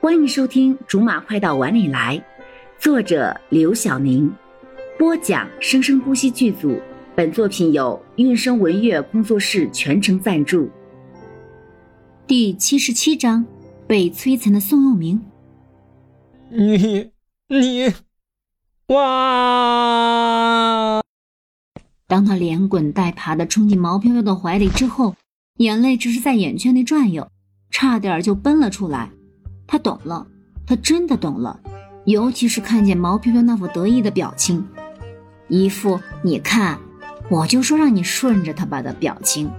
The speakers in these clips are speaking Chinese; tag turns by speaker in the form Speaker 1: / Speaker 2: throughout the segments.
Speaker 1: 欢迎收听《竹马快到碗里来》，作者刘晓宁，播讲生生不息剧组。本作品由韵声文乐工作室全程赞助。
Speaker 2: 第七十七章，被摧残的宋佑明。
Speaker 3: 你你，哇！
Speaker 2: 当他连滚带爬的冲进毛飘飘的怀里之后，眼泪只是在眼圈内转悠，差点就奔了出来。他懂了，他真的懂了，尤其是看见毛飘飘那副得意的表情，一副你看，我就说让你顺着他吧的表情。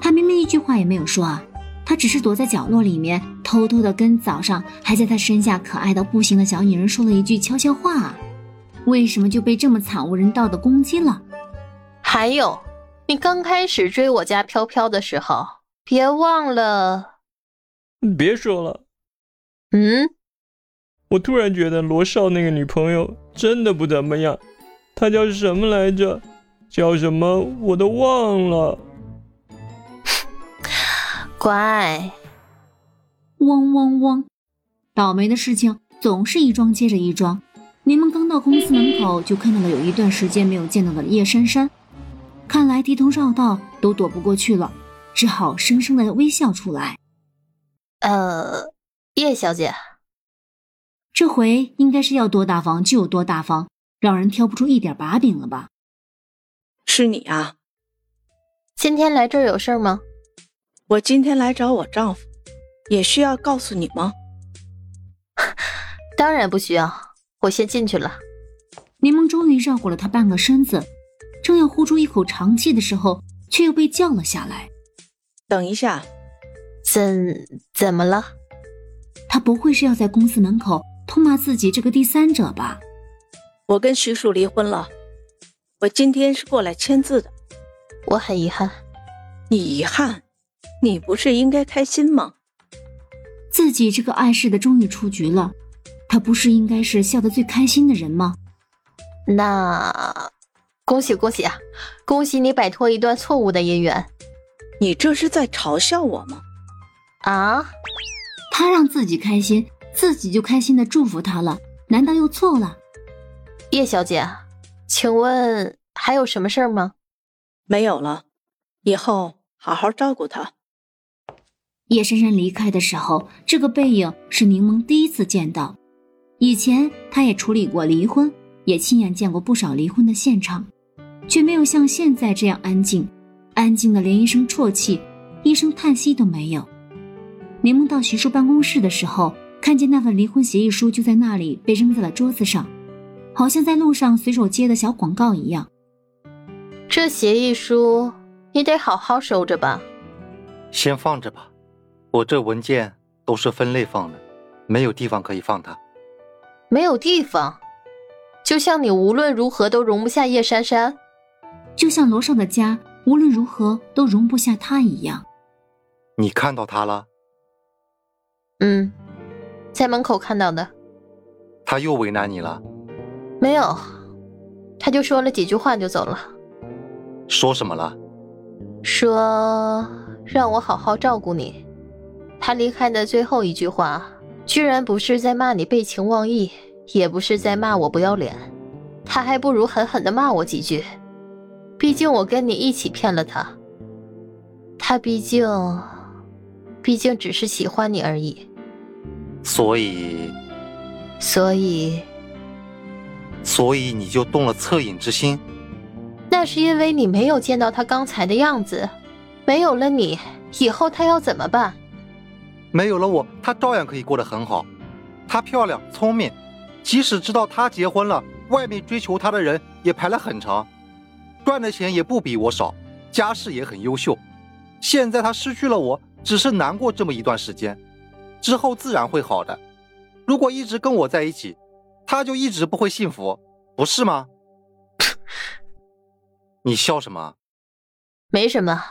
Speaker 2: 他明明一句话也没有说啊，他只是躲在角落里面，偷偷的跟早上还在他身下可爱到不行的小女人说了一句悄悄话啊。为什么就被这么惨无人道的攻击了？
Speaker 4: 还有，你刚开始追我家飘飘的时候，别忘了。
Speaker 3: 别说了。
Speaker 4: 嗯，
Speaker 3: 我突然觉得罗少那个女朋友真的不怎么样，她叫什么来着？叫什么我都忘了。
Speaker 4: 乖，
Speaker 2: 嗡嗡嗡！倒霉的事情总是一桩接着一桩。柠檬刚到公司门口，就看到了有一段时间没有见到的叶珊珊，看来低头绕道都躲不过去了，只好生生的微笑出来。
Speaker 4: 呃，叶小姐，
Speaker 2: 这回应该是要多大方就有多大方，让人挑不出一点把柄了吧？
Speaker 5: 是你啊！
Speaker 4: 今天来这儿有事儿吗？
Speaker 5: 我今天来找我丈夫，也需要告诉你吗？
Speaker 4: 当然不需要，我先进去了。
Speaker 2: 柠檬终于绕过了他半个身子，正要呼出一口长气的时候，却又被叫了下来。
Speaker 5: 等一下，
Speaker 4: 怎怎么了？
Speaker 2: 他不会是要在公司门口痛骂自己这个第三者吧？
Speaker 5: 我跟徐叔离婚了，我今天是过来签字的。
Speaker 4: 我很遗憾，
Speaker 5: 你遗憾？你不是应该开心吗？
Speaker 2: 自己这个碍事的终于出局了，他不是应该是笑得最开心的人吗？
Speaker 4: 那恭喜恭喜啊！恭喜你摆脱一段错误的姻缘。
Speaker 5: 你这是在嘲笑我吗？
Speaker 4: 啊！
Speaker 2: 他让自己开心，自己就开心的祝福他了，难道又错了？
Speaker 4: 叶小姐，请问还有什么事儿吗？
Speaker 5: 没有了，以后好好照顾他。
Speaker 2: 叶珊珊离开的时候，这个背影是柠檬第一次见到。以前她也处理过离婚，也亲眼见过不少离婚的现场，却没有像现在这样安静，安静的连一声啜泣、一声叹息都没有。柠檬到徐叔办公室的时候，看见那份离婚协议书就在那里被扔在了桌子上，好像在路上随手接的小广告一样。
Speaker 4: 这协议书你得好好收着吧。
Speaker 6: 先放着吧，我这文件都是分类放的，没有地方可以放它。
Speaker 4: 没有地方，就像你无论如何都容不下叶珊珊，
Speaker 2: 就像罗少的家无论如何都容不下他一样。
Speaker 6: 你看到他了？
Speaker 4: 嗯，在门口看到的。
Speaker 6: 他又为难你了？
Speaker 4: 没有，他就说了几句话就走了，
Speaker 6: 说什么了？
Speaker 4: 说让我好好照顾你。他离开的最后一句话，居然不是在骂你背情忘义，也不是在骂我不要脸，他还不如狠狠的骂我几句。毕竟我跟你一起骗了他，他毕竟，毕竟只是喜欢你而已，
Speaker 6: 所以，
Speaker 4: 所以。
Speaker 6: 所以你就动了恻隐之心？
Speaker 4: 那是因为你没有见到他刚才的样子，没有了你，以后他要怎么办？
Speaker 6: 没有了我，他照样可以过得很好。她漂亮、聪明，即使知道她结婚了，外面追求她的人也排了很长，赚的钱也不比我少，家世也很优秀。现在她失去了我，只是难过这么一段时间，之后自然会好的。如果一直跟我在一起，他就一直不会幸福，不是吗？ 你笑什么？啊
Speaker 4: 没什么，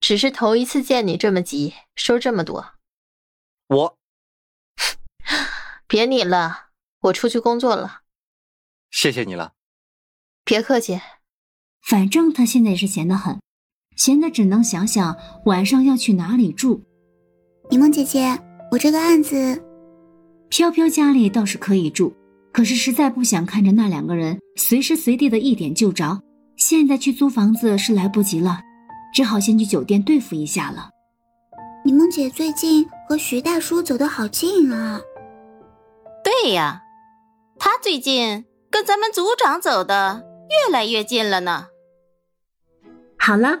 Speaker 4: 只是头一次见你这么急，说这么多。
Speaker 6: 我
Speaker 4: 别你了，我出去工作了。
Speaker 6: 谢谢你了。
Speaker 4: 别客气，
Speaker 2: 反正他现在也是闲得很，闲得只能想想晚上要去哪里住。
Speaker 7: 柠檬姐姐，我这个案子，
Speaker 2: 飘飘家里倒是可以住，可是实在不想看着那两个人随时随地的一点就着，现在去租房子是来不及了，只好先去酒店对付一下了。
Speaker 7: 你们姐最近和徐大叔走得好近啊！
Speaker 8: 对呀，他最近跟咱们组长走的越来越近了呢。
Speaker 1: 好了，